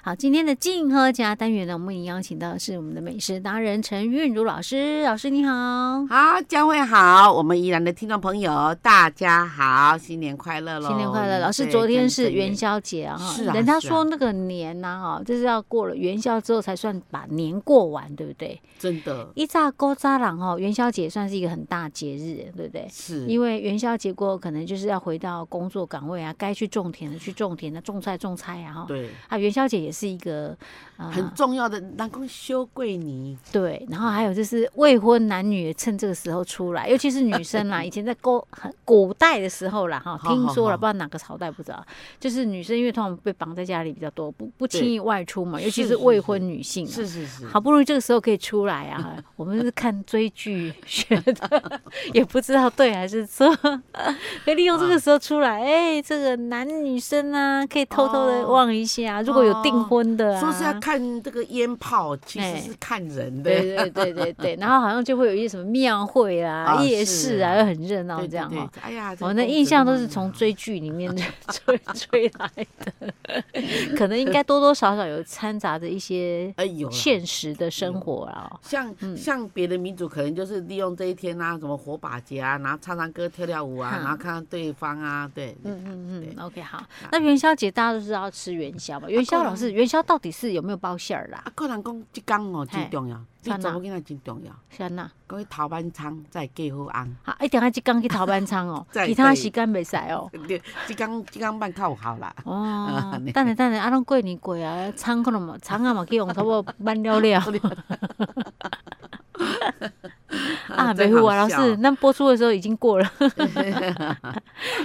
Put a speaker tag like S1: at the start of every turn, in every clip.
S1: 好，今天的静喝家单元呢，我们已经邀请到的是我们的美食达人陈韵如老师，老师你好，
S2: 好，佳慧好，我们宜兰的听众朋友大家好，新年快乐喽！
S1: 新年快乐！老师，
S2: 对
S1: 昨天是
S2: 跟
S1: 元宵节啊，哈
S2: 是啊
S1: 人家
S2: 是啊
S1: 说那个年呐、哈、就是要过了元宵之后才算把年过完，对不对？
S2: 真的
S1: 一炸勾扎郎哈，哦元宵节算是一个很大节日，对不对？
S2: 是，
S1: 因为元宵节过后，可能就是要回到工作岗位啊，该去种田的去种田的，种菜种菜啊，哈。
S2: 对、
S1: 啊，元宵节也是一个，呃
S2: 很重要的南宫修桂泥，
S1: 对，然后还有就是未婚男女也趁这个时候出来，尤其是女生 啦。以前在古很古代的时候啦，哈，
S2: 好
S1: 听
S2: 好
S1: 说了，
S2: 好
S1: 不知道哪个朝代不知道，就是女生因为通常被绑在家里比较多，不不轻
S2: 对
S1: 易外出嘛，尤其
S2: 是
S1: 是
S2: 是
S1: 未
S2: 是
S1: 婚女性、啊。
S2: 是是是，
S1: 好不容易这个时候可以出来 啊！我们是看追剧学的， 也不知道对还是错，可以利用这
S2: 啊
S1: 个时候出来，哎、这个男女生啊，可以偷偷的
S2: 哦
S1: 望一下，如果有订
S2: 哦
S1: 婚的啊，
S2: 说是要看这个烟炮，其
S1: 哎
S2: 实是看人的，
S1: 对对对对对，然后好像就会有一些什么庙会啦、
S2: 啊
S1: 夜
S2: 是
S1: 市啊，
S2: 啊
S1: 又很热闹
S2: 对
S1: 这样
S2: 对
S1: 哈。
S2: 对哎呀，这个
S1: 我的
S2: 公
S1: 印
S2: 主
S1: 象
S2: 梦
S1: 都是从追剧里面 追 追来的，可能应该多多少少有掺杂着一些
S2: 哎有啦
S1: 现实的生活啦。哦
S2: 像像别的民族可能就是利用这一天啊，什么火把节啊，然后唱唱歌、跳跳舞啊，
S1: 哈
S2: 然后看看对方啊，对，
S1: 嗯嗯嗯
S2: 对
S1: ，OK 好。那元宵节大家都知道吃元宵嘛？元宵
S2: 过
S1: 老
S2: 年
S1: 师，元宵到底是有没有包馅儿啦？
S2: 啊啊，个人讲即工哦
S1: 嘿
S2: 真重要，你
S1: 算
S2: 查
S1: 哪
S2: 某囡仔真重要，
S1: 是安那？
S2: 讲去头班仓才会嫁好翁。，
S1: 好，一定要去刚去逃班仓哦
S2: 在
S1: 其他
S2: 在
S1: 时间袂使哦。
S2: 对，即工即工办较有效啦。
S1: 哦
S2: 啊，安尼
S1: 等下等下，啊，拢过年过啊，仓可能嘛，仓啊嘛去用差不 多办了了。啊，
S2: 真
S1: 没有啊，
S2: 好
S1: 老
S2: 笑
S1: 师，那播出的时候已经过 了。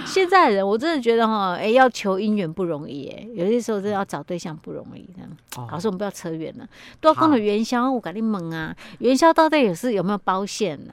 S1: 现在人，我真的觉得哈，哎、要求姻缘不容易，哎，有些时候真的要找对象不容易。这样，
S2: 哦
S1: 老师，我们不要扯远了。都要讲了
S2: 好
S1: 元宵，我赶紧问啊，元宵到底也是有没有包馅呐、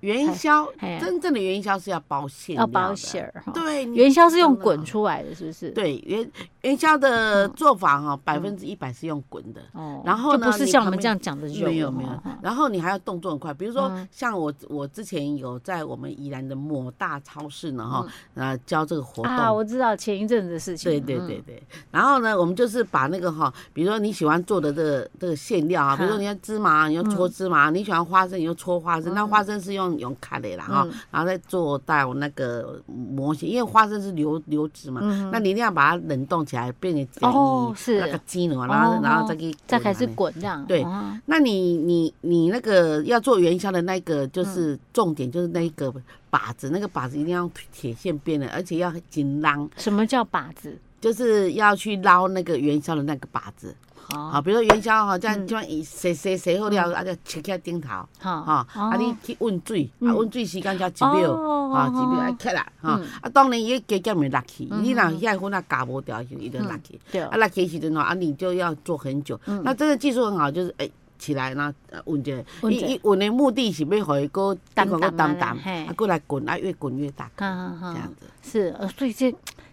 S2: 元宵
S1: 嘿啊
S2: 真正的元宵是要包馅料
S1: 要
S2: 的，
S1: 包馅儿哈。
S2: 对，你
S1: 元宵是用
S2: 真的啊
S1: 滚出嗯来的，是不是？，
S2: 对元元宵的做法哈，百分之一百是用滚的。
S1: 哦，
S2: 然后
S1: 就
S2: 呢
S1: 不是
S2: 你
S1: 像我
S2: 旁
S1: 们
S2: 边
S1: 这样讲的肉
S2: 没有
S1: 了
S2: 没有
S1: 哈哈，
S2: 然后你还要动作很快，比如说
S1: 嗯
S2: 像我我之前有在我们宜兰的某大超市呢哈，呃教这个活动
S1: 嗯啊，我知道前一阵子的事情。
S2: 对对
S1: 嗯
S2: 对对，然后呢，我们就是把那个哈，比如说你喜欢做的这个这个馅料啊，比如说
S1: 哈嗯
S2: 你要芝麻，你就搓芝麻；你喜欢花生，你就搓花生。那花生是用用卡的啦哈
S1: 嗯，
S2: 然后再做到那个模型，因为花生是流流质
S1: 嗯
S2: 嘛，嗯那你一定要把它冷冻起来，变成简易
S1: 哦是哦
S2: 那个鸡呢，然后然后再给
S1: 再开始
S2: 滚啊。
S1: 滚这样。
S2: 对
S1: 哦
S2: 那你你你那个要做元宵的那个，
S1: 嗯
S2: 就是重点就是那一个把子，那个把子一定要用铁线编的，而且要紧啷。
S1: 什么叫靶子？
S2: 就是要去捞那个元宵的那个靶子
S1: 好，
S2: 啊，比如说元宵哈，这
S1: 嗯
S2: 样就像以谁谁谁后料，啊就切起来顶头
S1: 好
S2: 哈，啊你去温水，啊温水时间才一秒
S1: 嗯哦嗯
S2: 啊一秒啊起来哈，啊当然伊加减会落去，你若遐粉啊夹无掉就伊就落去，
S1: 对
S2: 啊落去的时阵吼，啊你就要做很久，
S1: 嗯
S2: 那这个技术很好，就是哎。起来，然后呃稳者，
S1: 稳
S2: 伊
S1: 者
S2: 伊稳的目的是要互伊个
S1: 淡
S2: 个
S1: 淡啊
S2: 淡淡，
S1: 嘿
S2: 啊，过来滚，啊越滚越大
S1: 哈
S2: 颗，
S1: 哈哈
S2: 这样子
S1: 是，呃所以这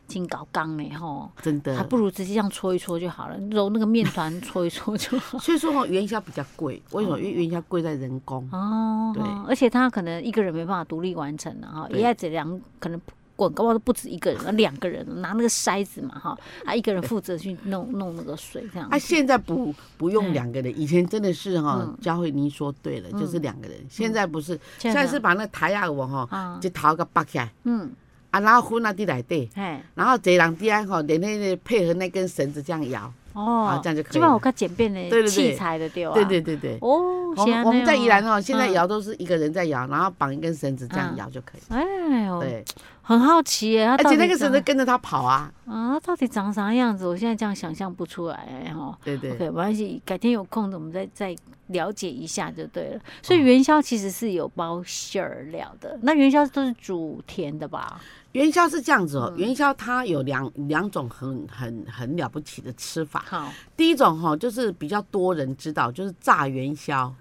S1: 挺搞刚的吼，
S2: 真的
S1: 还。啊不如直接这样搓一搓就好了，揉那个面团搓一搓就 好。
S2: 所以说哦，元宵比较贵，为什么？因为元宵贵在人工。
S1: 哦，
S2: 对
S1: 而且他可能一个人没办法独立完成了哈，
S2: 对
S1: 一下子两可能滚，搞不好都不止一个人，两个人拿那个筛子嘛哈，啊一个人负责去弄弄那个水这样
S2: 啊，。现在不不
S1: 哎
S2: 用两个人，以前真的是哈
S1: 嗯，
S2: 佳慧您说对了，就是两个人。现在不是，
S1: 现
S2: 现
S1: 在
S2: 在是把那台下我哈
S1: 啊，
S2: 就头个拔起来，
S1: 嗯，
S2: 啊，然后分啊滴来对，
S1: 哎，
S2: 然后这人底下吼，连那个配合那根绳子这样摇。
S1: 哦
S2: 好，这样就可以
S1: 基本上
S2: 了
S1: 我看简便的
S2: 对对对
S1: 器材的对吧？
S2: 对对对对，
S1: 哦，
S2: 我
S1: 是
S2: 们
S1: 安
S2: 我们
S1: 尼
S2: 在
S1: 哦
S2: 宜兰哦，现在
S1: 嗯
S2: 摇都是一个人在摇，然后绑一根绳子这样
S1: 嗯
S2: 摇就可以。
S1: 哎呦，
S2: 对，
S1: 很好奇耶，而
S2: 而且那个绳子跟着他跑啊。
S1: 啊，它到底长啥样子？我现在这样想象不出来哦。
S2: 对对
S1: OK，没关系，改天有空的我们再再了解一下就对了。所
S2: 哦
S1: 以元宵其实是有包馅儿料的，那元宵都是煮甜的吧？
S2: 元宵是这样子哦，
S1: 嗯
S2: 元宵它有两两种很很很了不起的吃法。
S1: 好，
S2: 第一种哈、就是比较多人知道，就是炸元宵，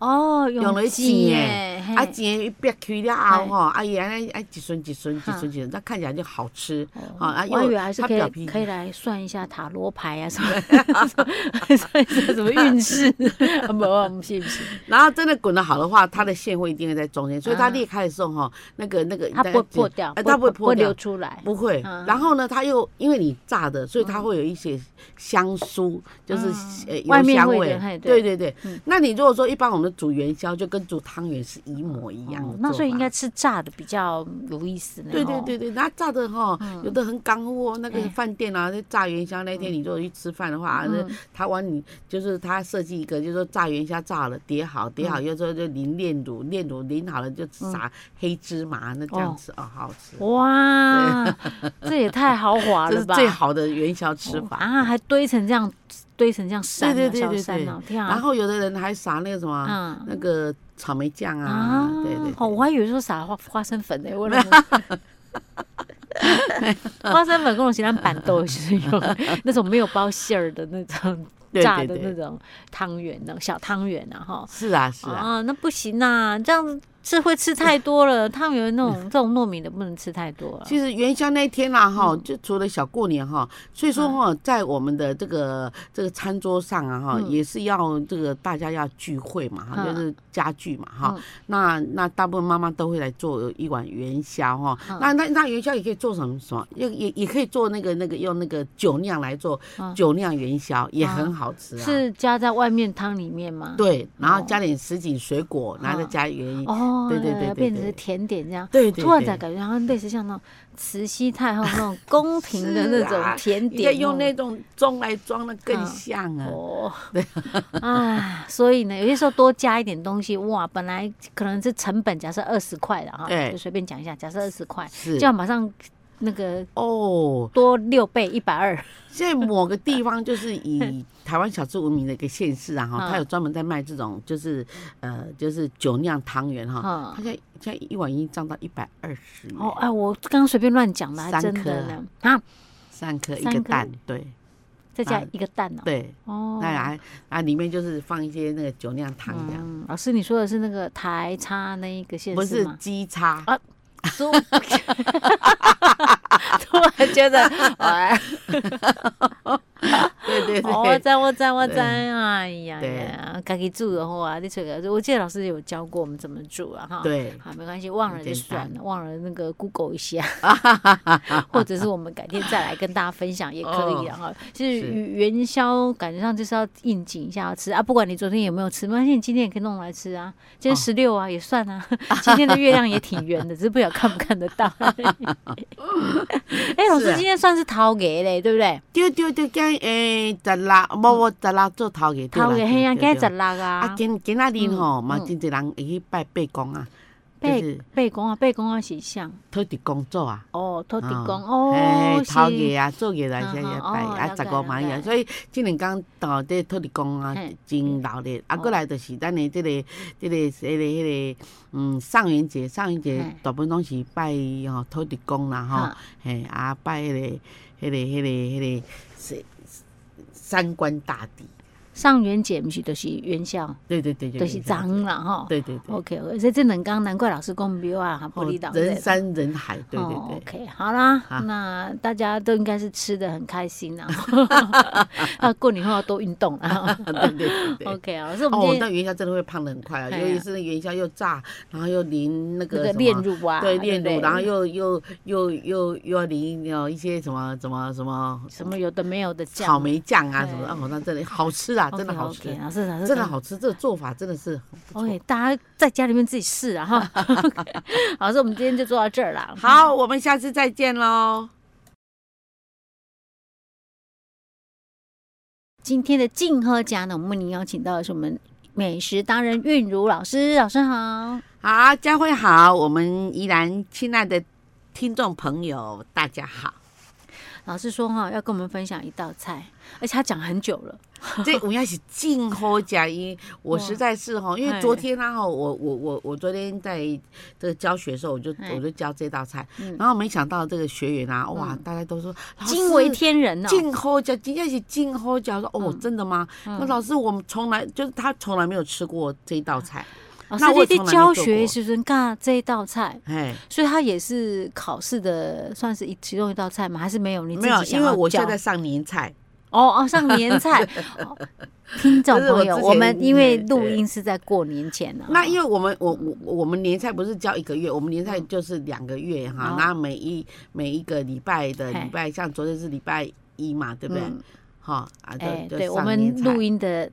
S1: 哦，
S2: 用了
S1: 鸡
S2: 钱
S1: 耶，
S2: 诶，
S1: 嘿
S2: 啊钱一掰开了
S1: 嘿
S2: 后吼，啊伊安尼啊一顺一顺一顺一顺，那看起来就好吃
S1: 嗯哦
S2: 啊啊，
S1: 我还以为还是
S2: 它
S1: 可
S2: 比较
S1: 以
S2: 便
S1: 可以
S2: 宜。
S1: 来算一下塔罗牌啊什么， 算一下什么运势，啊没有，不是不是，
S2: 然后真的滚得好的话，它的线会一定会在中间，所以它
S1: 嗯
S2: 裂开的时候哈，那个那个
S1: 它不会破掉，
S2: 哎它不会
S1: 不会
S2: 破掉
S1: 流，出来，
S2: 不会
S1: 嗯。
S2: 然后呢，它又因为你炸的，所以它会有一些香酥，就是
S1: 嗯
S2: 呃
S1: 外
S2: 油
S1: 面
S2: 香
S1: 会
S2: 味
S1: 的嘿。对
S2: 对对对
S1: 嗯，
S2: 那你如果说一般我们煮元宵就跟煮汤圆是一模一样
S1: 哦
S2: 的，
S1: 那所以应
S2: 该。
S1: 该吃炸的比较有意思呢。
S2: 嗯对对
S1: 哦，嗯
S2: 对对，那炸的哈，有的很干货，那个
S1: 哎
S2: 饭店啊，那炸元宵那天你如果去吃饭的话，啊那
S1: 嗯
S2: 他往你就是他设计一个，就是说炸元宵炸了叠好，叠
S1: 嗯
S2: 好又说就淋炼乳，炼乳淋好了就撒黑芝麻，那这样
S1: 哦
S2: 吃哦，好好吃，
S1: 哇，这也太豪华
S2: 这
S1: 了
S2: 是
S1: 吧！
S2: 最好的元宵吃
S1: 哦
S2: 法。
S1: 啊，还堆成这样，堆成这样山啊
S2: 对对对
S1: 小
S2: 对
S1: 山啊，天啊！
S2: 然后有的人还撒那个什么
S1: 嗯
S2: 那个草莓酱啊，对对
S1: 哦，
S2: 对。
S1: 我还以为说撒花花生粉呢、 我老公花生粉跟我其他板豆是 有那种没有包馅儿的那种
S2: 对
S1: 炸
S2: 对
S1: 的那
S2: 对
S1: 种汤圆呢，小汤圆啊哈。
S2: 是啊是啊，
S1: 啊，那不行啊，这样这会吃太多了。 汤圆那 种这种糯米的不能吃太多了。
S2: 其实元宵那一天啦，
S1: 嗯
S2: 哈，就除了小过年哈，所以说哈，在我们的这个这个餐桌上啊，哈，
S1: 嗯
S2: 也是要这个大家要聚会嘛，哈，
S1: 嗯
S2: 就是家聚嘛，哈
S1: 嗯。
S2: 那那大部分妈妈都会来做一碗元宵哈
S1: 嗯。
S2: 那那那元宵也可以做什么什么，也也也可以做那个那个用那个酒酿来做
S1: 嗯
S2: 酒酿元宵，也很好吃啊。
S1: 是加在外面汤里面吗？
S2: 对，然后
S1: 哦
S2: 加点什锦水果，然后再
S1: 嗯
S2: 加元。
S1: 哦，
S2: 对对对对
S1: 变成
S2: 对
S1: 是甜点这样。
S2: 对对
S1: 突然才
S2: 对，
S1: 感觉好像类似像那种慈禧太后那种宫廷的那
S2: 是啊
S1: 种甜
S2: 要
S1: 点，哦
S2: 用那种盅来装，那更
S1: 嗯
S2: 像啊。
S1: 哦， 啊，所以呢，有些时候多加一点东西，哇，本来可能是成本假设二十块的哈，
S2: 对
S1: 就随便讲一下，假设二十块，
S2: 是
S1: 就要马上那个
S2: 哦，
S1: 多六倍一百二，
S2: 现在某个地方 就是以台湾小吃闻名的一个县市啊，哈，
S1: 嗯
S2: 它有专门在卖这种，就是呃，就是酒酿汤圆哈
S1: 嗯，
S2: 它现在现在一碗已经涨到一百二十元，
S1: 哦，哎，我刚刚随便乱讲的，还
S2: 嗯三
S1: 真
S2: 颗
S1: 的
S2: 啊
S1: 呢，啊，
S2: 三颗一
S1: 三
S2: 个
S1: 颗
S2: 蛋，对
S1: 再加
S2: 啊
S1: 一个蛋哦，
S2: 对，
S1: 哦，
S2: 那然啊里面就是放一些那个酒酿汤这样，
S1: 嗯，老师，你说的是那个台叉那一个县
S2: 不
S1: 市
S2: 是
S1: 吗？
S2: 鸡叉
S1: 啊，猪，突然觉 得，哎，
S2: 对 对
S1: 我
S2: 对，
S1: 知哦我知我知，
S2: 对
S1: 哎呀
S2: 对
S1: 呀，家己煮的话，你这个，我记得老师有教过我们怎么煮啊，哈。。
S2: 对，
S1: 好，没关系，忘了就算了，忘了那个 Google 一下，或者是我们改天再来跟大家分享也可以的啊哈。就是
S2: 哦是
S1: 元宵，感觉上就是要应景一下要吃啊，不管你昨天有没有吃，没关系，你今天也可以弄来吃啊。今天
S2: 哦
S1: 十六啊，也算啊。 今天的月亮也挺圆的，只是不晓得看不看得 到。 哎，老
S2: 是
S1: 师
S2: 啊
S1: 今天算是陶给嘞，对不对？
S2: 对对对，今诶十六，无无十六做头嘅，对啦
S1: 陶给嘿啊，
S2: 对
S1: 今天
S2: 对
S1: 十六
S2: 啊
S1: 啊，
S2: 今今仔日吼，
S1: 嗯
S2: 嘛
S1: 嗯
S2: 真侪人会去拜八公啊，就
S1: 八
S2: 是
S1: 八公啊，八公啊是像
S2: 土地公做啊。
S1: 哦，土地公
S2: 哎
S1: 哦，，是
S2: 头家啊，做嘢来
S1: 嗯
S2: 写
S1: 哼
S2: 写
S1: 哦
S2: 拜，啊，
S1: 了
S2: 十
S1: 解
S2: 五
S1: 了
S2: 晚
S1: 解
S2: 啊，所以即两天到这土地公啊
S1: 嘿，
S2: 真热闹，啊，
S1: 哦
S2: 过来就是咱的这个、这个、这个、迄个，嗯，上元节，上元节
S1: 嘿
S2: 大部分拢是拜吼土地公啦，吼
S1: 哈，
S2: 嘿，啊，拜迄个、迄个、迄个、迄个三三官大帝，
S1: 上元节不是就是元宵，
S2: 对对对对，
S1: 就是哦
S2: 长，
S1: 长了哈。
S2: 对对对，
S1: OK，所以这两天难怪老师讲庙啊，哈，玻璃岛
S2: 哦人山人海，对对
S1: 哦
S2: 对。
S1: ，OK，好啦，
S2: 啊
S1: 那大家都应该是吃的很开心 啦。那过年后要多运动啦。
S2: 对对对对
S1: OK 啊，老师，我们
S2: 哦
S1: 今，天
S2: 那元宵真的会胖的很快啊，
S1: 哎
S2: 尤其
S1: 呀
S2: 是那元宵又炸，然后又淋那
S1: 那
S2: 个
S1: 个
S2: 什
S1: 炼
S2: 么
S1: 乳啊，
S2: 对，
S1: 不
S2: 炼乳，然后又又又又又要淋有一些什么什么什么
S1: 什么有的没有的酱，
S2: 草莓酱啊什么的，
S1: 对
S2: 哦，那真的好吃啊，
S1: OK，
S2: 真的好
S1: OK，
S2: 吃，
S1: 老师，老师
S2: 真的。好吃，这个做法真的是很不错。
S1: 啊 OK，大家在家里面自己试 啊哈。OK，好，所以我们今天就做到这儿啦。
S2: 好，我们下次再见喽。
S1: 今天的静喝家呢，我们为您邀请到的是我们美食达人韵如老师，老师好。
S2: 好，佳慧好，我们依然亲爱的听众朋友，大家好。
S1: 老师说哈、要跟我们分享一道菜，而且他讲很久了，
S2: 这我要是进好假音，我
S1: 哇
S2: 实在是哈，因
S1: 哎
S2: 为昨天啊哈，我我我我昨天在这个教学的时候，我就
S1: 哎
S2: 我就教这道菜
S1: 嗯，
S2: 然后没想到这个学员啊，哇，大家都说老师
S1: 惊为天啊嗯人哦呢、
S2: 进好假，今天是进好假，我说哦，真的吗？那老师，我们从来就是他从来没有吃过这一道菜，
S1: 老师
S2: 那我
S1: 你
S2: 也
S1: 在
S2: 从来没
S1: 教
S2: 做
S1: 学的
S2: 过
S1: 时阵干这一道菜，
S2: 哎，
S1: 所以它也是考试的，算是一其中一道菜吗？还是没有？你自
S2: 没有，
S1: 己想
S2: 因为
S1: 要
S2: 我现
S1: 教
S2: 在上年菜，
S1: 哦哦，上年 菜，哦听众
S2: 这是我
S1: 朋友，
S2: 之
S1: 我
S2: 前
S1: 们因为
S2: 对
S1: 录音是在过年前啊呢、
S2: 那因为我们我我我们年菜不是教一个月，我们年菜就是两个月哈
S1: 嗯哦，
S2: 那每一每一个礼拜的
S1: 嘿
S2: 礼拜，像昨天是礼拜一嘛，对不对
S1: 嗯？
S2: 哈啊，
S1: 哎、
S2: 就
S1: 对，
S2: 就
S1: 我
S2: 上
S1: 们
S2: 年菜
S1: 录音的，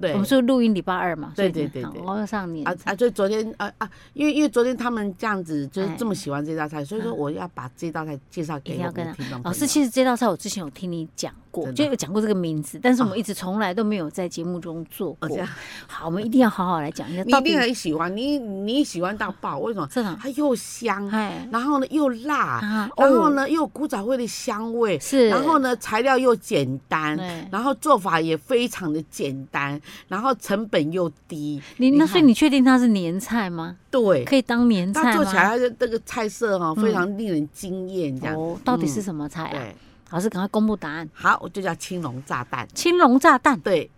S2: 对，
S1: 我们是录音礼拜二嘛，所以
S2: 对
S1: 你
S2: 对对
S1: 好
S2: 对
S1: 我要上年
S2: 啊
S1: 菜
S2: 啊，就昨天啊啊，因为因为昨天他们这样子就是
S1: 哎嗯
S2: 这么喜欢这道菜，所以说我要把这道菜介绍
S1: 一
S2: 给
S1: 定要
S2: 我
S1: 跟
S2: 们听众朋
S1: 老
S2: 友。
S1: 师，其实这道菜我之前有听你讲过，
S2: 真
S1: 就
S2: 的
S1: 有讲过这个名字，但是我们
S2: 啊
S1: 一直从来都没有在节目中做
S2: 哦这
S1: 过
S2: 样。
S1: 好，我们一定要好好来讲一下，
S2: 你
S1: 到
S2: 一
S1: 底嗯
S2: 定很喜欢，你你喜欢到爆，为什么？
S1: 真的
S2: 它又香，
S1: 哎
S2: 然后呢又辣，
S1: 啊
S2: 然后
S1: 哦
S2: 呢又有古早味的香味，
S1: 是，
S2: 然后呢材料又简单
S1: 对，
S2: 然后做法也非常的简单，然后成本又低。
S1: 你那
S2: 看
S1: 所以你确定它是年菜吗？
S2: 对，
S1: 可以当年
S2: 它
S1: 菜
S2: 做
S1: 吗？
S2: 起来它的那个菜色哈、
S1: 嗯
S2: 非常令人惊艳，这样、
S1: 哦，到底是
S2: 嗯
S1: 什么菜啊？
S2: 对。
S1: 老师，赶快公布答案。
S2: 好，我就叫青龙炸弹。
S1: 青龙炸弹，
S2: 对，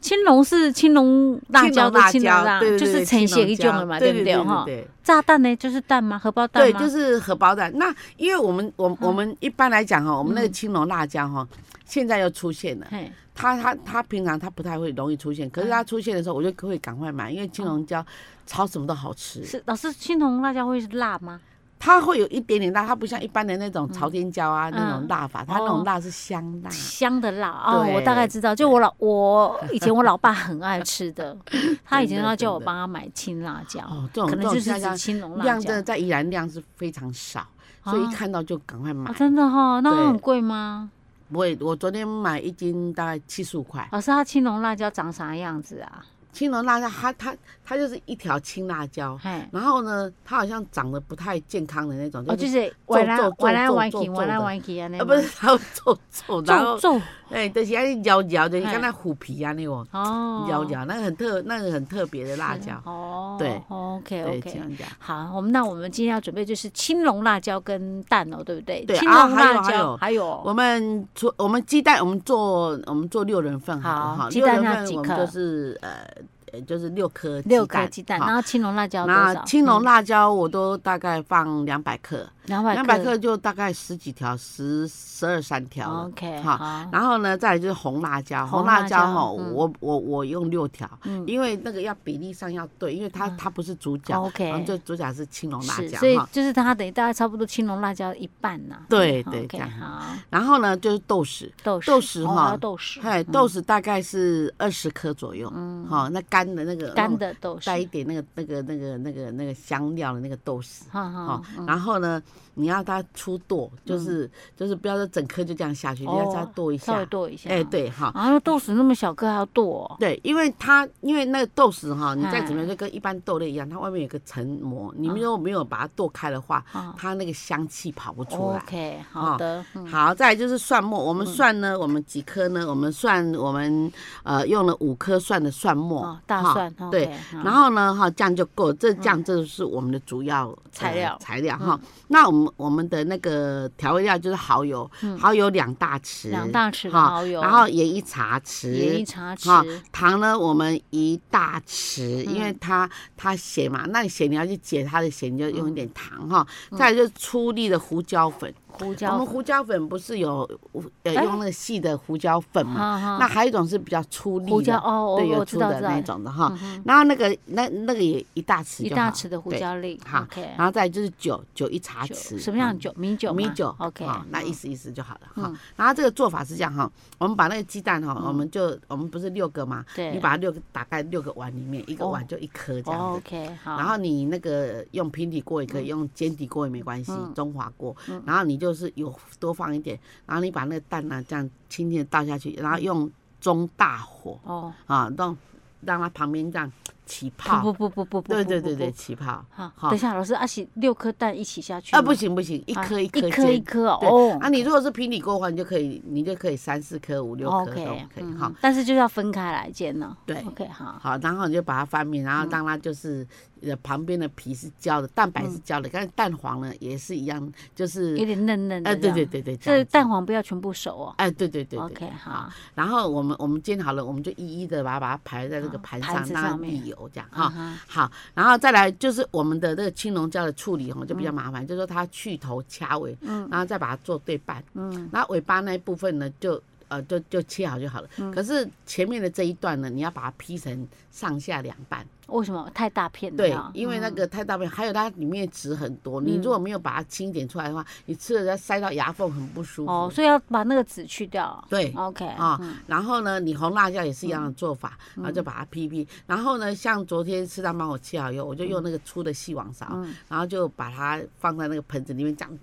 S1: 青龙是青龙辣椒的青
S2: 青
S1: 龙炸，
S2: 龙辣椒，对对
S1: 就
S2: 对，
S1: 是呈
S2: 青龙
S1: 现一种
S2: 椒
S1: 的嘛，
S2: 对
S1: 不
S2: 对？
S1: 哈？
S2: 对
S1: 炸弹呢，就是蛋吗？荷包蛋
S2: 对，
S1: 吗？
S2: 就是荷包蛋。那因为我们我们我们一般来讲哈，我们那个
S1: 嗯
S2: 青龙辣椒哈，现在又出现了。
S1: 嘿，
S2: 它它它平常它不太会容易出现，
S1: 嗯
S2: 可是它出现的时候，我就会赶快买，因为青龙椒炒什么都好吃。
S1: 是老师，青龙辣椒会是辣 吗？
S2: 它会有一点点辣，它不像一般的那种朝天椒啊那
S1: 嗯
S2: 种辣法，它那
S1: 哦
S2: 种辣是香辣。
S1: 香的辣哦，
S2: 对
S1: 我大概知道，就我老我以前我老爸很爱吃的， 他以前都要叫我
S2: 真的
S1: 帮他买青辣椒，
S2: 哦，这种
S1: 可
S2: 这
S1: 能
S2: 种
S1: 就是
S2: 辣椒
S1: 指青龙辣
S2: 量真
S1: 椒哦
S2: 的。在宜兰量是非常少，所以一看到就赶快买
S1: 哦，。真的哈、哦，那它
S2: 对
S1: 很贵吗？
S2: 我也我昨天买一斤大概七十五块，
S1: 老师，它青龙辣椒长啥样子啊？
S2: 青龙辣椒它它它就是一条青辣椒，
S1: 嘿，
S2: 然后呢，它好像长得不太健康的那种，
S1: 哦，就是是玩来
S2: 皱皱
S1: 玩来
S2: 皱
S1: 玩
S2: 皱
S1: 去，
S2: 皱
S1: 玩来
S2: 的
S1: 玩去啊，那
S2: 呃不是它会皱皱，然
S1: 皱
S2: 后
S1: 皱
S2: 哎，就是它摇摇的，你
S1: 哎
S2: 看那虎皮啊那种
S1: 哦，
S2: 摇摇，那个很特那个很特别的辣
S1: 是
S2: 椒，
S1: 哦，
S2: 对
S1: ，OK
S2: 对，
S1: OK，
S2: 这样讲。
S1: 好，我们那我们今天要准备就是青龙辣椒跟蛋哦，对不对？
S2: 对
S1: 青
S2: 啊
S1: 龙
S2: 还有
S1: 辣
S2: 还
S1: 椒
S2: 有
S1: 还有
S2: 我们除我们鸡蛋，我们做我们做六人份好
S1: 好
S2: 了哈，
S1: 鸡
S2: 六
S1: 蛋
S2: 人
S1: 要
S2: 份
S1: 几
S2: 我
S1: 克
S2: 们就是呃呃就是六颗
S1: 六颗鸡蛋，
S2: 好
S1: 然后青龙辣椒多
S2: 那
S1: 少？嗯
S2: 青龙辣椒我都大概放两百克，
S1: 两
S2: 两百克就大概十几条，十十二三条了。
S1: ，OK，
S2: 好
S1: 好，
S2: 然后呢，再来就是红辣椒，
S1: 哦红
S2: 红
S1: 辣
S2: 辣
S1: 椒
S2: 椒哈，
S1: 嗯
S2: 我我我用六条，
S1: 嗯
S2: 因为那个要比例上要对，因为它
S1: 嗯
S2: 它不是主角，然后
S1: ，OK，
S2: 就主角是青龙辣
S1: 是，
S2: 椒
S1: 所以
S2: 哈。
S1: 就是它等于大概差不多青龙辣椒一半呐。
S2: 对
S1: 好
S2: 对这
S1: ，OK，
S2: 样
S1: 好，
S2: 然后呢，就是豆豉，
S1: 豆
S2: 豆
S1: 豉
S2: 豉
S1: 哦
S2: 哈
S1: 还有豆豉，
S2: 嘿，
S1: 嗯
S2: 豆豉大概是二十颗左右，
S1: 嗯，
S2: 好，那干的那个哦
S1: 干，的豆
S2: 带一
S1: 豉，
S2: 点那个那个那个那个那个香料的那个豆豉，
S1: 哈
S2: 哦
S1: 哈，嗯，
S2: 然后呢，你要它出剁，就是、就是不要说整颗就这样下去，你要它
S1: 哦
S2: 剁一
S1: 稍微
S2: 下。
S1: 剁一下，
S2: 哎、，对哈，
S1: 啊，那豆豉那么小颗还要剁哦，
S2: 对，因为它因为那个豆豉哈，你再怎么
S1: 哎
S2: 样就跟一般豆类一样，它外面有个层膜，你
S1: 啊
S2: 们如果没有把它剁开的话，
S1: 啊
S2: 它那个香气跑不出来。
S1: ，OK，好
S2: 哦
S1: 的，嗯
S2: 好，再来就是蒜末，我们蒜呢，我们几颗呢？我们蒜，我们呃用了五颗蒜的蒜末，
S1: 哦，大
S2: 哈
S1: 蒜，
S2: 对，
S1: OK，好嗯
S2: 然后呢，哈，酱就够，这酱这是我们的主要
S1: 材
S2: 呃
S1: 料嗯
S2: 材料哈。那我们我们的那个调味料就是蚝油，蚝油两大匙，
S1: 嗯两大匙的
S2: 哈
S1: 蚝油
S2: 然后盐一茶
S1: 盐一
S2: 匙。
S1: 茶
S2: 哈
S1: 匙，嗯
S2: 糖呢，我们一大匙，因为它它咸嘛，那你咸你要去解它的咸，你就
S1: 嗯
S2: 用一点糖哈。再来就是粗粒的胡椒粉，
S1: 胡
S2: 我
S1: 椒
S2: 们胡椒粉不是有呃
S1: 哎
S2: 用那个细的胡椒粉嘛？
S1: 哈哈
S2: 那还有一种是比较粗粒的，
S1: 胡椒哦，
S2: 对，
S1: 我
S2: 有
S1: 我知
S2: 粗
S1: 道
S2: 的
S1: 知道嗯
S2: 那，种的哈。然后那个那那个也一大匙
S1: 一
S2: 就好，
S1: 大匙的胡
S2: 对。
S1: 椒粒
S2: 好
S1: ，OK，
S2: 然后再来就是酒，酒一茶
S1: 酒
S2: 匙。
S1: 什么样的
S2: 嗯？
S1: 酒？米酒吗，
S2: 米酒。
S1: ，OK，
S2: 好那意
S1: 嗯
S2: 思意思就好了哈
S1: 嗯。
S2: 然后这个做法是这样哈，我们把那个鸡蛋哈，我们就我们不是六个嘛，
S1: 对，
S2: 你把它六个打开六个碗里面，一个
S1: 哦
S2: 碗就一颗这样
S1: 哦
S2: 子。
S1: ，OK，好，
S2: 然后你那个用平底锅也可以，用煎底锅也没关系
S1: 嗯，
S2: 中华锅。然后你就是有多放一点，然后你把那个蛋呢这样轻轻的倒下去，然后用中大火
S1: 哦，
S2: 啊，让让它旁边这样起泡，
S1: 不不不不不不，
S2: 对对
S1: 不
S2: 对对，。
S1: 不不
S2: 起泡。
S1: 好，
S2: 好
S1: 等一下，老师，阿喜六颗蛋一起下去
S2: 啊，
S1: 吗
S2: 不，行不行，一
S1: 啊
S2: 颗一颗
S1: 一颗一
S2: 煎
S1: 颗
S2: 对
S1: 哦。
S2: 啊，你如果是平底锅的话，你就可以，你就可以三四颗、五六颗都
S1: OK，
S2: 可以
S1: 嗯
S2: 哈。
S1: 但是就是要分开来煎呢。
S2: 对
S1: ，OK，好，
S2: 好，然后你就把它翻面，然
S1: 嗯
S2: 后让它就是呃旁边的皮是焦的，蛋白是焦的，但是蛋黄呢也是一样，就是
S1: 有点嫩嫩的。
S2: 哎，对对，对对，这
S1: 这
S2: 样子
S1: 蛋黄不要全部熟哦。
S2: 哎，对对对对
S1: OK，好，
S2: 然后我们我们煎好了，我们就一一的把它把它排在这个
S1: 好
S2: 盘
S1: 啊盘
S2: 上，
S1: 子
S2: 让它
S1: 上面
S2: 沥油这样哈。
S1: 嗯哼
S2: 好，然后再来就是我们的这个青龙椒的处理哦，就比较麻烦，就是说它去头掐尾，
S1: 嗯
S2: 然后再把它做对半，
S1: 嗯，
S2: 然后尾巴那一部分呢就呃就就切好就好了。
S1: 嗯
S2: 可是前面的这一段呢，你要把它劈成上下两半，
S1: 为什么太大片了
S2: 对
S1: 啊？，
S2: 因为那
S1: 嗯
S2: 个太大片，还有它里面籽很多，你如果没有把它清点出来的话，你吃了再塞到牙缝很不舒服。
S1: 哦，所以要把那个籽去掉。
S2: 对
S1: ，OK，
S2: 啊、
S1: 嗯
S2: 然后呢，你红辣椒也是一样的做法，然后就把它劈劈。然后呢，像昨天吃到芒果切好以后，我就用那个粗的细网勺，
S1: 嗯
S2: 然后就把它放在那个盆子里面这样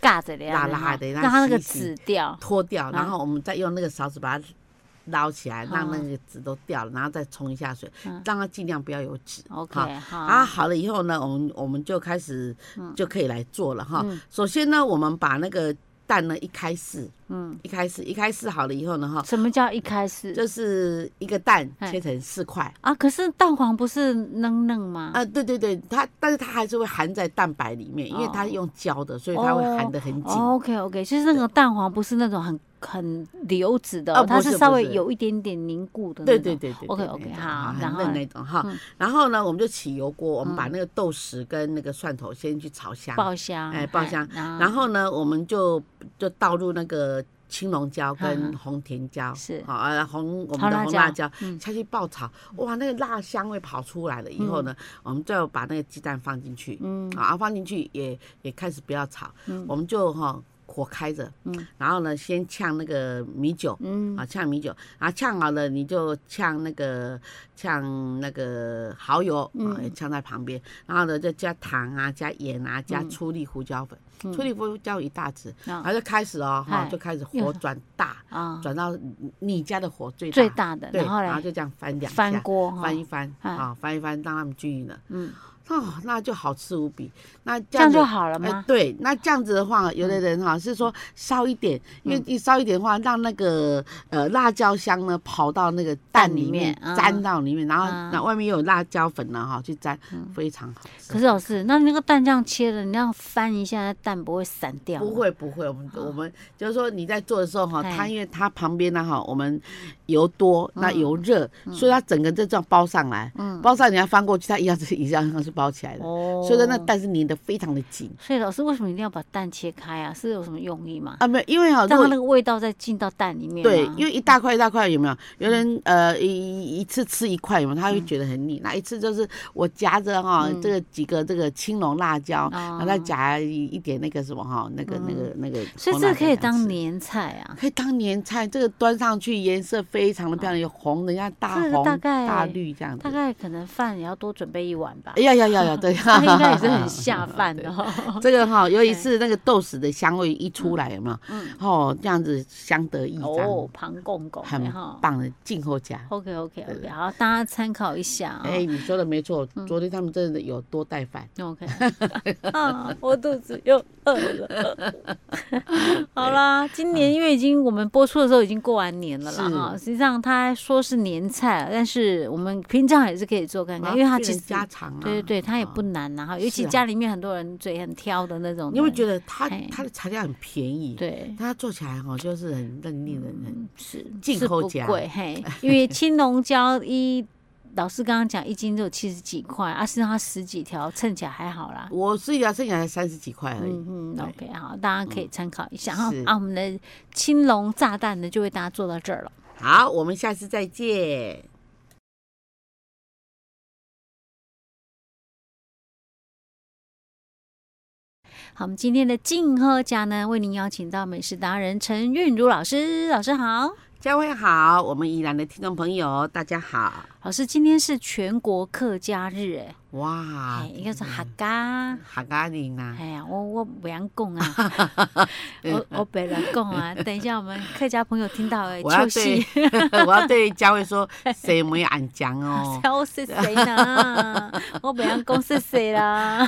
S1: 尬着的样
S2: 辣
S1: 子
S2: 辣
S1: 哈
S2: 的
S1: 让
S2: 让
S1: 它
S2: 它
S1: 那个
S2: 吸吸
S1: 籽掉。
S2: 脱掉，然
S1: 嗯
S2: 后我们再用那个勺子把它捞起来，让那
S1: 嗯
S2: 个籽都掉了，然后再冲一下水，
S1: 嗯
S2: 让它尽量不要有籽。
S1: OK，好
S2: 啊，，好了以后呢，我们我们就开始
S1: 嗯
S2: 就可以来做了哈。首先呢，我们把那个蛋呢一开始
S1: 嗯，
S2: 一开始一开始好了以后呢，哈，
S1: 什么叫一开始
S2: 就是一个蛋
S1: 哎
S2: 切成四块。
S1: 啊？可是蛋黄不是嫩嫩吗？
S2: 啊，对对对，它但是它还是会含在蛋白里面，因为它
S1: 哦
S2: 是用胶的，所以它会含得很紧。
S1: 哦、OK OK，就是那个蛋黄不是那种很很流质的、
S2: 哦
S1: 它
S2: 不是
S1: 稍
S2: 不
S1: 微
S2: 是
S1: 有一点点凝固的那
S2: 对
S1: 种。
S2: 对对对
S1: OK，OK，
S2: 对那种
S1: 哦好
S2: 啊
S1: 然
S2: 很
S1: 后
S2: 嫩
S1: 嘞
S2: 那种哈
S1: 嗯。
S2: 然后呢，我们就起油锅，我们把那个豆豉跟那个蒜头先去炒香，
S1: 爆香，
S2: 哎爆香
S1: 然
S2: 然后呢，我们就就倒入那个青龙椒
S1: 嗯
S2: 跟
S1: 嗯
S2: 红甜椒，
S1: 是
S2: 好啊，红我
S1: 红
S2: 们的
S1: 辣
S2: 红辣
S1: 椒嗯
S2: 椒下去爆炒，哇，那个辣香味跑出来了以后呢，我们就把那个鸡蛋放进去，
S1: 嗯
S2: 啊，放进去也也开始不要炒
S1: 嗯，
S2: 我们就哈火开着，
S1: 嗯
S2: 然后呢，先呛那个米酒。
S1: 嗯
S2: 啊，呛米酒，然后呛好了你就呛那个呛那个蚝油，
S1: 嗯
S2: 啊，也呛在旁边，然后呢再加糖啊，加盐啊，
S1: 嗯
S2: 加粗粒胡椒粉，粗粒胡椒一大匙，
S1: 啊
S2: 然后就开始哦，哈，
S1: 嗯嗨
S2: 就开始
S1: 又
S2: 火转大，
S1: 啊，
S2: 转到你家的火最
S1: 最
S2: 大，
S1: 大的，
S2: 对，
S1: 然后
S2: 然后
S1: 嘞
S2: 就这样翻两
S1: 翻
S2: 下，
S1: 锅哈
S2: 翻一翻
S1: 哎
S2: 啊，翻一翻，让它们均匀了，
S1: 嗯，
S2: 哦，那就好吃无比，那
S1: 这样
S2: 子
S1: 就好了
S2: 哎、
S1: 吗？嗯
S2: 对，那这样子的话，有的人哈、是说烧一点，因为一烧一点的话，让那个呃辣椒香呢跑到那个蛋里面
S1: 蛋里面
S2: 粘
S1: 嗯
S2: 到里面，然后
S1: 嗯
S2: 那外面又有辣椒粉呢哈去粘，非常好吃。
S1: 可是老师，那你那个蛋这样切了，你那样翻一下，蛋不会散掉？
S2: 不，会不会，我们我们就是说你在做的时候哈，
S1: 啊嘿
S2: 它因为它旁边呢哈，我们油多，那
S1: 嗯
S2: 油热，所以它整个就这样包上来，包上你要翻过去，它一样是一样是包起来的，
S1: 哦，
S2: 所以说那蛋是粘的非常的紧
S1: 所以老师为什么一定要把蛋切开啊？是有什么用意吗？
S2: 啊，没有，因为哈，如
S1: 让
S2: 果
S1: 它那个味道再进到蛋里面吗。啊嗯
S2: 对，因为一大块一大块有没有？有人呃一一一次吃一块有没有？他会觉得很腻。那一次就是我夹着哈
S1: 嗯
S2: 这个几个这个青龙辣
S1: 哦
S2: 椒，然后再夹一一点那个什么哈那个那个那个。
S1: 嗯所以这个可以当
S2: 年
S1: 年菜 啊。
S2: 可以当年菜，这个端上去颜色非常的漂亮，有红的，像大
S1: 嗯这个
S2: 红
S1: 大概
S2: 大绿这样
S1: 大
S2: 子。哎
S1: 概可能饭也要多准备一碗吧，
S2: 要要要 要，对，
S1: 那应该也是 很下饭的哦。
S2: 这个哈、尤其是那个豆豉的香味一出来，有没有？
S1: 嗯
S2: 哦，这样子相得益
S1: 哦
S2: 彰，，
S1: 庞公公
S2: 很
S1: 的哈。
S2: 棒的静候家。
S1: OK OK
S2: 对
S1: OK，好，大家参考一下啊。
S2: 哎、你说的没错，
S1: 嗯
S2: 昨天他们真的有多带饭。
S1: OK，啊，我肚子又饿了。 好啦，今年因为已经我们播出的时候已经过完年了啦
S2: 是
S1: 哈，实际上它说是年菜，但是我们平常也是可以做看嗯看，因为它其实
S2: 家常啊，
S1: 对对对，它也不难呐哈，尤其
S2: 是啊
S1: 家里面很多人嘴很挑的那种人，
S2: 你会觉得它
S1: 哎
S2: 它的材料很便宜，，
S1: 对。嗯
S2: 它做起来哈就是很嫩令人很
S1: 是
S2: 嗯进
S1: 是
S2: 口
S1: 不
S2: 价
S1: 贵嘿，因为青龙椒一，老师刚刚讲一斤就有七十几块，啊，实际上它十几条，称起来还好啦。
S2: 我是要剩下才三十几块而已，
S1: 嗯嗯
S2: 对嗯
S1: ，OK，好，大家可以参考一下哈
S2: 是。
S1: 啊，我们的青龙炸弹呢，就为大家做到这儿了。
S2: 好，我们下次再见。
S1: 好，我们今天的静喝家呢，为您邀请到美食达人陈韵如老师，老师好。
S2: 嘉惠好，我们宜兰的听众朋友大家好，
S1: 老师，今天是全国客家日，哎、
S2: 哇啊
S1: 哎，，应该是客家。
S2: 哈咖喱呐，
S1: 哎呀，我我不想讲啊， 我我不能讲啊。等一下我们客家朋友听到哎，
S2: 我要
S1: 秋
S2: 对
S1: 夕，？
S2: 我要对佳慧说，谁没俺讲哦
S1: 挑是谁 呢？我不想讲是谁啦，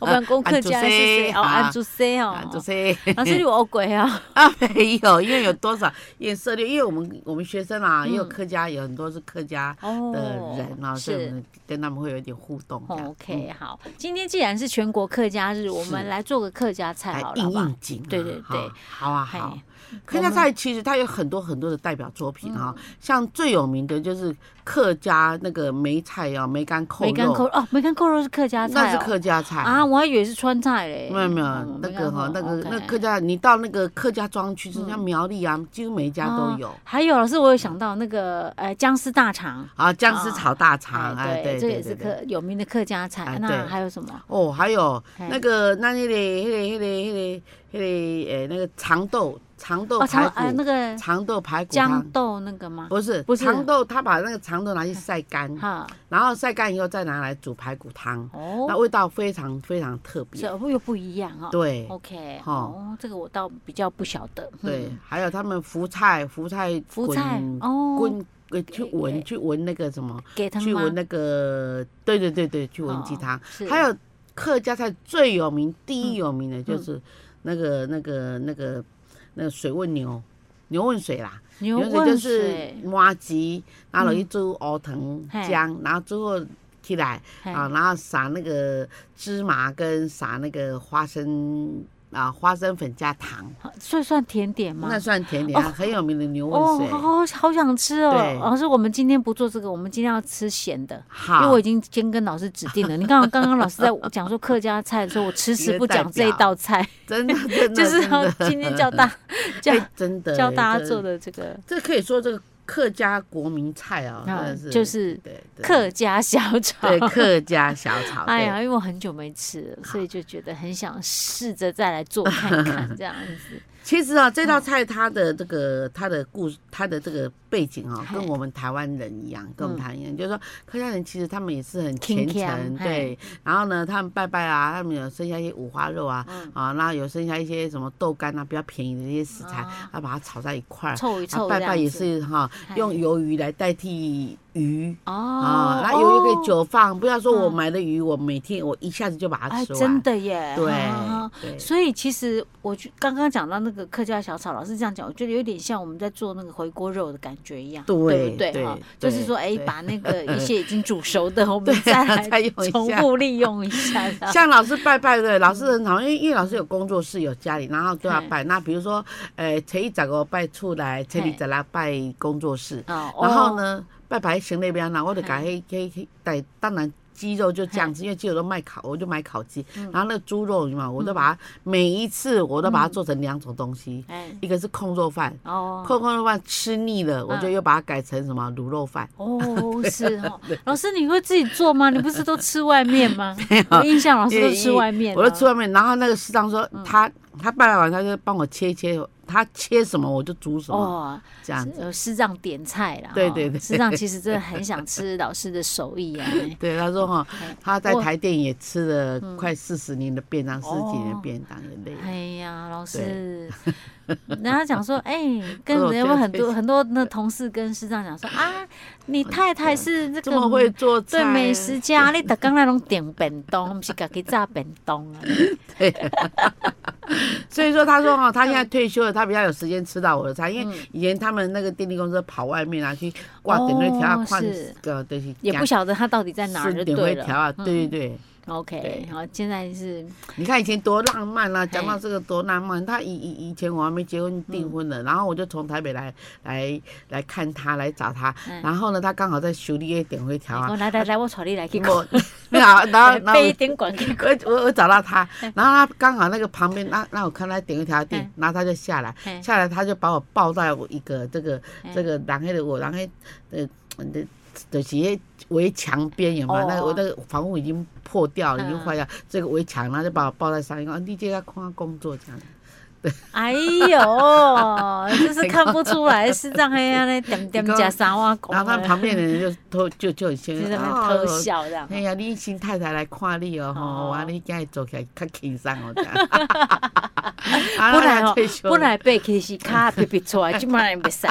S1: 我不想讲客家是谁哦，
S2: 安
S1: 安
S2: 祖
S1: 祖谁哦
S2: 啊，，就是
S1: 老师你有鬼啊！
S2: 啊，没有，因为有多少颜色六，因为我们我们学生啊，也有
S1: 嗯
S2: 客家，有很多是客家
S1: 哦
S2: 的人啊，所以我
S1: 是。哦
S2: 们嗯跟他们会有一点互动这样。
S1: OK，好，今天既然是全国客家日，我们来做个客家菜
S2: 来
S1: 好了，好
S2: 应
S1: 不好
S2: 应景啊，
S1: 对对
S2: 哈
S1: 对，
S2: 好啊
S1: 嘿
S2: 好。客家菜其实它有很多很多的代表作品哈，像最有名的就是客家那个梅菜啊，梅干扣
S1: 梅干扣
S2: 肉，
S1: 哦，梅干扣肉是客家
S2: 那
S1: 菜
S2: 是
S1: 哦
S2: 客家菜
S1: 啊，。我还以为是川菜嘞。
S2: 没有没有
S1: 哦，
S2: 那个哈，那个
S1: 梅干
S2: 那客。
S1: 扣 OK
S2: 家，你到那个客家庄去，像苗栗啊，几乎每一家都有
S1: 哦还有老师，我有想到那个呃姜丝大肠，
S2: 啊，姜丝
S1: 哦
S2: 炒大肠，哎，对
S1: 这个
S2: 对
S1: 也是
S2: 对对。
S1: 客有名的客家菜
S2: 哎。
S1: 那
S2: 对
S1: 还有什么？
S2: 哦，还有
S1: 嘿
S2: 那个那那个那个那个那个那个呃那个长豆长豆
S1: 哦，
S2: 排
S1: 长呃
S2: 骨
S1: 那，个
S2: 长豆排骨
S1: 豇
S2: 汤
S1: 豆那个吗？
S2: 不是
S1: 不是
S2: 长豆，他把那个长豆拿去晒干，
S1: 哈
S2: 然后晒干以后再拿来煮排骨汤，那
S1: 哦，
S2: 味道非常非常特
S1: 这
S2: 别。
S1: 又不一样哦。
S2: 对
S1: OK，
S2: 哈
S1: 哦，这个我倒比较不晓得。嗯
S2: 对，还有他们福菜福菜
S1: 福菜
S2: 滚
S1: 哦，
S2: 滚呃去
S1: 给
S2: 闻去闻那个什么，
S1: 给他
S2: 去
S1: 吗
S2: 闻？那个对对对对，去闻鸡
S1: 哦
S2: 汤。
S1: 是
S2: 还有客家菜最有名、第一有名的就
S1: 嗯
S2: 是那个、那个、那个、那个水问牛，牛问水啦，
S1: 牛
S2: 水就
S1: 问
S2: 是
S1: 水，
S2: 麻吉，然后去煮熬藤
S1: 嘿
S2: 姜，然后最后起来
S1: 嘿
S2: 啊，然后撒那个芝麻跟撒那个花生啊，花生粉加糖，
S1: 好所以算甜点吗？
S2: 那算甜点啊，很有名的牛问
S1: 哦，
S2: 水。
S1: 好好想吃哦
S2: 对！
S1: 老师，我们今天不做这个，我们今天要吃咸的。因为
S2: 好
S1: 我已，经先跟老师指定了。你看，刚刚老师在讲说客家菜的时候，我迟迟不讲这一道菜，
S2: 真的真
S1: 就
S2: 的
S1: 是
S2: 真
S1: 要
S2: 的
S1: 今天叫大叫
S2: 哎真的
S1: 教大家
S2: 这
S1: 做的这个，
S2: 这可以说这个客家国民菜啊，真
S1: 啊
S2: 的是
S1: 就是
S2: 对对
S1: 客家小炒。
S2: 对客家小炒，
S1: 哎
S2: 对
S1: 呀，因为我很久没吃了，所以就觉得很想试着再来 做看看，这样子。
S2: 其实啊，这道菜它的这
S1: 嗯
S2: 个它的故事，它的这个背景啊，
S1: 嗨
S2: 跟我们台湾人一样，跟我们台湾
S1: 嗯
S2: 人就是说，客家人其实他们也是很虔
S1: 勤俭
S2: 诚，对。然后呢，他们拜拜啊，他们有剩下一些五花肉啊，
S1: 嗯
S2: 啊，那有剩下一些什么豆干啊，比较便宜的一些食材
S1: 啊，
S2: 他把它炒在一块儿。
S1: 凑一
S2: 啊
S1: 凑这
S2: 拜拜
S1: 样
S2: 也
S1: 子。
S2: 是哈，
S1: 嗨
S2: 用鱿鱼来代替鱼。
S1: 哦
S2: 啊，，那鱿鱼可
S1: 哦
S2: 以久放，不要说我
S1: 嗯
S2: 买的鱼，我每天我一下子就把它
S1: 哎，
S2: 吃完
S1: 真。的耶！
S2: 对
S1: 啊
S2: 对
S1: 所以其实我就刚刚讲到那个客家小炒，老师这样讲，我觉得有点像我们在做那个回锅肉的感觉一样，
S2: 对
S1: 不对
S2: 对
S1: 哈？就
S2: 对
S1: 是说，哎，
S2: 对
S1: 把那 个一些已经煮熟的，我们再
S2: 再
S1: 来
S2: 用一
S1: 重
S2: 下
S1: 复利用一下，这样
S2: 像老师拜拜的，老师很好，因为因为老师有工作室有家里，然后都要拜。那比如说，呃，初一十五拜出来，初二十六拜工作室，
S1: 哦
S2: 然后
S1: 哦
S2: 呢，拜拜行那边呢，我就改黑黑黑，但当然。鸡肉就这样子，因为鸡肉都卖烤，我就买烤鸡。
S1: 嗯
S2: 然后那个猪肉嘛，我都把它每一次我都把它做成两种东西，
S1: 哎
S2: 一个是控肉饭，
S1: 嗯 哦。
S2: 控肉饭吃腻了，我就
S1: 嗯
S2: 又把它改成什么卤肉饭。
S1: 哦，是哦，老师，你会自己做吗？你不是都吃外面 吗？我印象老师都吃外面啊，嗯
S2: 我就吃外面，然后那个食堂说他他拜拜完，他就帮我切一切，他切什么我就煮什么，
S1: 哦，
S2: 这样子。
S1: 有师长点菜啦，
S2: 对
S1: 哈
S2: 对对
S1: 师长其实真的很想吃老师的手艺 啊，哎
S2: 对，他说哈
S1: 哎，
S2: 他在
S1: 我
S2: 台电也吃
S1: 嗯
S2: 了快四十年的便当，四十几年的便当也累了。
S1: 哎呀，老师，然后讲说，哎、 跟
S2: 我
S1: 人家
S2: 觉得
S1: 很多很多那同事跟师长讲说啊，你太太是这
S2: 这
S1: 个嗯
S2: 么会做菜，啊
S1: 对美食 家，你逐刚那种点便当，不是家己炸便当啊？
S2: 所以说他说哦哈，他现在退休了，他比较有时间吃到我的菜，因为以前他们那个电力公司跑外面啊去挂点那条
S1: 嗯哦
S2: 啊，换
S1: 是
S2: 个东西，
S1: 也不晓得他到底在哪儿
S2: 是
S1: 就
S2: 点
S1: 对
S2: 会调
S1: 了。嗯
S2: 啊，对对对。
S1: OK，
S2: 对
S1: 好，现在是
S2: 你看以前多浪漫啦、讲到
S1: 嘿
S2: 这个多浪漫，他以以以前我还没结婚订婚
S1: 嗯
S2: 呢，然后我就从台北来来来看他，来找他，
S1: 嗯
S2: 然后呢，他刚好在修理点会调啊，
S1: 我来来来，我带你来去看，哎
S2: 我 然后 然后然后
S1: 背一点管 去看。
S2: 我我我找到他，
S1: 嗯
S2: 然后他刚好那个旁边，那那我看他点一条
S1: 嘿
S2: 店，然后他就下来，
S1: 嘿
S2: 下来他就把我抱在我一个这个
S1: 嘿
S2: 这个然后的我然后呃的就是那围墙边有没有？
S1: 哦
S2: 那个我那个房屋已经破掉了，已经
S1: 嗯
S2: 哦坏掉，这个围墙，然后就把我抱在上面，啊，你这个看工作这样。
S1: 哎呦， 就是看不出来是这样呀，那点点加三碗公
S2: 然后他旁边的人就偷就就很
S1: 就
S2: 先
S1: 是在那
S2: 哦
S1: 偷笑这样。
S2: 哎呀，你新太太来看你哦，
S1: 哦
S2: 吼，哇，你今日做起来较轻松哦，这样。 啊
S1: 本来
S2: 咱
S1: 吼
S2: 退，休
S1: 本来背起是 卡皮皮出来，即摆也袂使，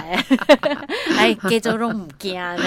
S1: 哎，继续拢毋惊 呢。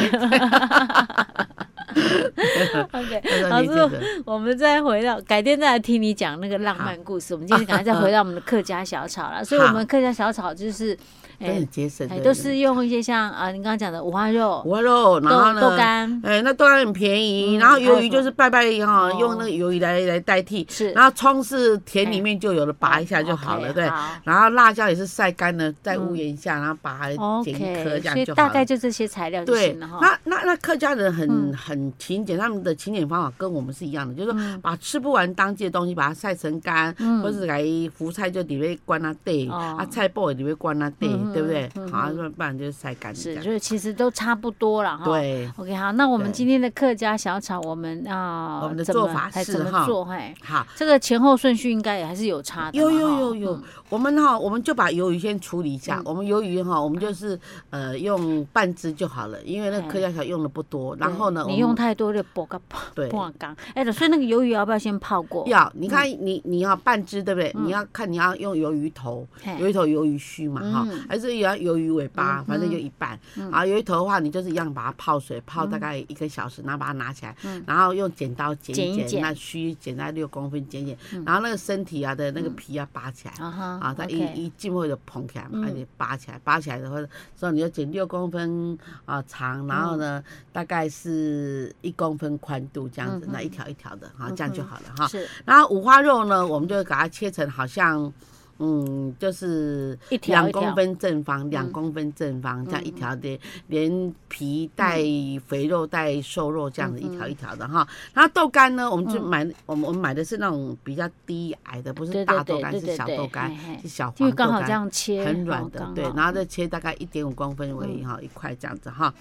S1: OK，老
S2: 那你这个
S1: 师，我们再回到改天再来听你讲那个浪漫故 事。我们今天赶快再回到我们的客家小炒了。所以，我们客家小炒就是，
S2: 都很节省
S1: 哎，
S2: 的，
S1: 都是用一些像啊，您刚刚讲的五花肉、
S2: 我肉，然后
S1: 豆
S2: 呢，
S1: 豆干，
S2: 哎，那豆干很便宜，
S1: 嗯
S2: 然后
S1: 还有
S2: 鱿鱼
S1: 什
S2: 就是拜拜哈，
S1: 哦
S2: 用那个鱿鱼来来代替，
S1: 是
S2: 然后葱是田
S1: 哎
S2: 里面就有了，拔一下就好了，
S1: OK，
S2: 对。
S1: 好嗯
S2: 然后辣椒也是晒干了，在屋檐下，然后拔剪一颗
S1: OK，
S2: 这
S1: 所
S2: 样
S1: 以
S2: 就
S1: 大
S2: 好
S1: 概
S2: 了。
S1: 就这些材料就
S2: 对，
S1: 行了哈。
S2: 那那那客家人很
S1: 嗯
S2: 很勤俭，他们的勤俭方法跟我们是一样的，就是说把吃不完当季的东西把它晒成干，
S1: 嗯
S2: 或者来福菜就里面灌啊对，
S1: 哦
S2: 啊菜包也里面灌啊对
S1: 嗯，哼
S2: 对不对
S1: 嗯？哼
S2: 好，不然就是晒干这
S1: 是，哦
S2: 样。
S1: 就是其实都差不多了哈。。
S2: 对，
S1: OK，好，那我们
S2: 对
S1: 今天的客家小炒，我们啊，
S2: 我们的
S1: 怎么
S2: 做法
S1: 哎
S2: 是
S1: 怎么
S2: 哈
S1: 做？嘿，
S2: 好，
S1: 这个前后顺序应该也还是有差的嘛。
S2: 有有
S1: 哈嗯
S2: 有有，，我们哈，我们就把鱿鱼先处理一下。我们鱿鱼哈，我们就是呃用半只就好了，因为那
S1: 哎
S2: 个客家小用的不多。然
S1: 对
S2: 后呢，我
S1: 你
S2: 们
S1: 用太多就爆个爆
S2: 对
S1: 爆缸。哎，所以那个鱿鱼要不要先泡过？
S2: 要，你看你你要半只对不对？
S1: 嗯
S2: 你要看你要用鱿鱼头，
S1: 嘿
S2: 鱿鱼头、鱿鱼须嘛哈
S1: 嗯，
S2: 还是也要鱿鱼尾巴，反正就一半。啊，鱿鱼头的话，你就是一样把它泡水，泡大概一个小时，然后把它拿起来，然后用剪刀剪
S1: 嗯剪一
S2: 一剪，
S1: 剪嗯
S2: 那须剪在六公分剪一剪，然后那个身体啊的那个皮要拔起来。
S1: 啊哈，
S2: 啊，它
S1: OK
S2: 一一进货就捧起来嘛，而
S1: 嗯
S2: 且拔起来，拔起来的话，之后你就剪六公分啊长，然
S1: 嗯
S2: 后呢大概是一公分宽度这样子，那一条一条的哈，这样就好了哈。
S1: 嗯是
S2: 然后五花肉呢，我们就给它切成好像，嗯，就是
S1: 一条
S2: 两
S1: 一条嗯
S2: 公分正方，两公分正方这样一条的，连皮带
S1: 嗯
S2: 肥肉带瘦肉这样子一条一条的哈。然后豆干呢，我们就买，我们我们买的是那种比较低矮的，不
S1: 嗯对
S2: 是
S1: 对
S2: 大豆
S1: 对
S2: 干，
S1: 对
S2: 是
S1: 对
S2: 小
S1: 对
S2: 豆干
S1: 嘿嘿，
S2: 是小
S1: 因
S2: 黄
S1: 为
S2: 豆
S1: 刚好这
S2: 干。
S1: 样切，
S2: 很软的
S1: 哦，
S2: 对，
S1: 刚好嗯
S2: 然后再切大概一点五公分为哈、一块这样子哈，
S1: 啊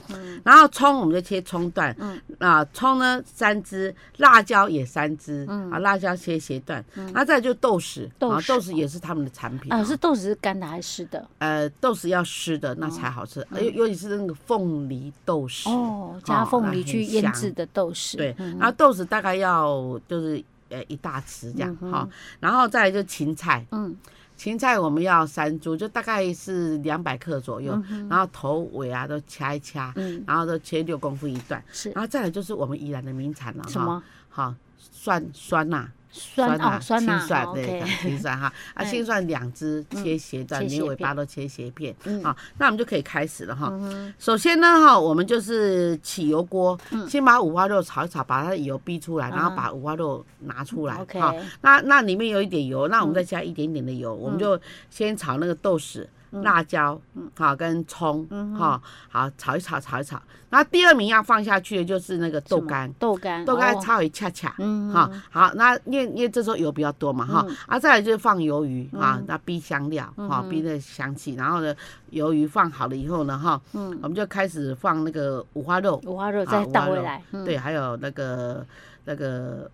S2: 然后葱我们就切葱段，
S1: 嗯
S2: 啊葱呢三支，辣椒也三支，啊辣椒切斜段，然后再来就豆豉，
S1: 嗯豆
S2: 啊
S1: 豉
S2: 豆豉也是他们的产品
S1: 啊，
S2: 啊
S1: 是豆豉是干的还是湿的？
S2: 呃豆豉要湿的那才好吃，尤、尤其是那个凤梨豆豉，
S1: 嗯哦，加凤梨去腌制
S2: 的，
S1: 的豆豉，
S2: 对，
S1: 嗯
S2: 然后豆豉大概要就是呃一大匙这样哈、然后再来就芹菜，
S1: 嗯，
S2: 芹菜我们要三株，就大概是两百克左右，然后头尾啊都掐一掐，
S1: 嗯
S2: 然后都切六公分一段，
S1: 是
S2: 然后再来就是我们宜兰的名产了哈，
S1: 什么
S2: 啊好蒜啊酸呐、
S1: 酸哦酸
S2: 青
S1: 辣
S2: 蒜
S1: 哦
S2: 对，
S1: ，OK，
S2: 青蒜 哈，啊，
S1: 嗯
S2: 青蒜两只切斜段，
S1: 切斜
S2: 连尾巴
S1: 片
S2: 都切斜片
S1: 嗯，
S2: 啊，那我们就可以开始了哈。首先呢哈，我们就是起油锅，
S1: 嗯
S2: 先把五花肉炒一炒，把它的油逼出来，然后
S1: 啊
S2: 把五花肉拿出来
S1: OK 嗯
S2: 哈。那那里面有一点油，那我们再加一点点的油，我们就先炒那个豆豉。
S1: 嗯
S2: 辣椒，好跟葱，哈，好炒一炒，炒一炒。然后第二名要放下去的就是那个豆
S1: 什么
S2: 干，
S1: 豆干
S2: 豆干
S1: 哦
S2: 稍微恰恰，
S1: 嗯
S2: 哈、好，那因为因为这时候油比较多嘛，哈、啊，再来就是放鱿鱼
S1: 嗯
S2: 啊，那逼香料，哈、逼那个香气，然后呢，鱿鱼放好了以后呢，哈，嗯，我们就开始放那个五花肉，
S1: 五花肉
S2: 啊
S1: 再
S2: 五花
S1: 倒回
S2: 肉
S1: 来，嗯
S2: 对，还有那个那个。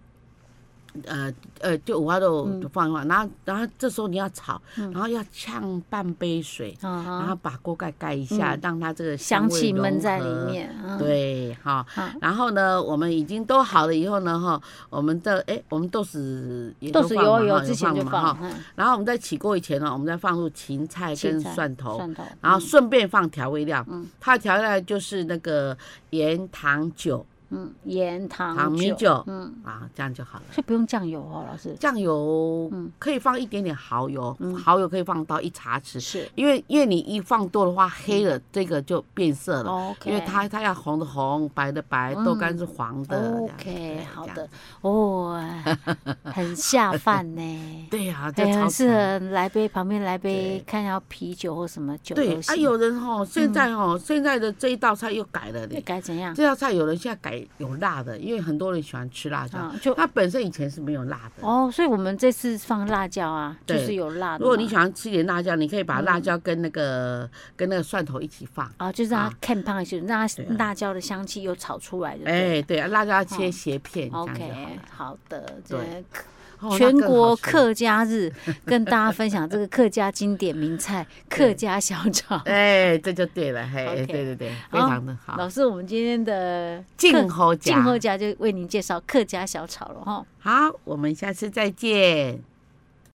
S2: 呃呃，就五花肉
S1: 嗯
S2: 放一放，然后然后这时候你要炒，然后要呛半杯水，
S1: 啊哈
S2: 然后把锅盖盖一下，让它这个
S1: 香
S2: 味
S1: 气闷
S2: 融
S1: 在里
S2: 合
S1: 面，嗯，
S2: 对，哈
S1: 嗯，
S2: 然后呢，我们已经都好了以后呢，哈，我们的哎，我们豆豉
S1: 嗯
S2: 也
S1: 豆
S2: 都
S1: 豉
S2: 放了
S1: 油
S2: 嘛
S1: 油
S2: 哈
S1: 之前
S2: 了
S1: 就
S2: 嘛
S1: 放
S2: 哈，
S1: 嗯
S2: 然后我们在起锅以前呢，我们再放入芹菜
S1: 芹
S2: 跟
S1: 菜
S2: 蒜头，
S1: 蒜嗯头，
S2: 然后顺便放调味料，它的调味料就是那个盐、糖、酒、
S1: 嗯，盐
S2: 糖、
S1: 糖
S2: 米
S1: 酒，
S2: 酒，
S1: 嗯，
S2: 啊，这样就好了。
S1: 所以不用酱油哦，老师
S2: 酱油
S1: 嗯
S2: 可以放一点点蚝油，蚝油可以放到一茶匙，
S1: 是
S2: 因为因为你一放多的话，黑
S1: 嗯
S2: 了这个就变色了。
S1: 哦 OK，
S2: 因为它它要红的红，白的白，豆干是黄的。这样
S1: 嗯哦 OK
S2: 对
S1: 好
S2: 这样。
S1: 的哦，很下饭呢
S2: 对呀， 这
S1: 哎，
S2: 超
S1: 很适
S2: 强。
S1: 合来杯，旁边来杯
S2: 对，
S1: 看要啤酒或什么酒
S2: 对
S1: 都
S2: 啊，
S1: 行。
S2: 有人吼，现
S1: 嗯
S2: 在吼，现在的这一道菜又改了
S1: 那
S2: 嘞。
S1: 哎该怎样
S2: 这道菜有人现在改有辣的，因为很多人喜欢吃辣椒
S1: 啊，？就
S2: 它本身以前是没有辣的。
S1: 哦，所以我们这次放辣椒啊，就
S2: 对
S1: 是有辣的嘛。
S2: 如果你喜欢吃点辣椒，你可以把辣
S1: 嗯
S2: 椒跟那个跟那个蒜头一起放。
S1: 啊，就是让它
S2: 啊
S1: 看胖一些，让它
S2: 对啊哎
S1: 辣椒的香气又炒出来，对不对？哦
S2: 哎，对，啊辣椒要切斜片这样就好
S1: OK，
S2: 了。
S1: 好的，这
S2: 对
S1: 可
S2: 哦那
S1: 全
S2: 更好
S1: 国
S2: 吃
S1: 客家日，跟大家分享这个客家经典名菜——客家小炒。
S2: 哎，这就对了，嘿，
S1: OK
S2: 对对 对，非
S1: 好
S2: 常的好。
S1: 老师，我们今天的
S2: 静候
S1: 静
S2: 甲
S1: 候家就为您介绍客家小炒了哈。
S2: 好，我们下次再见。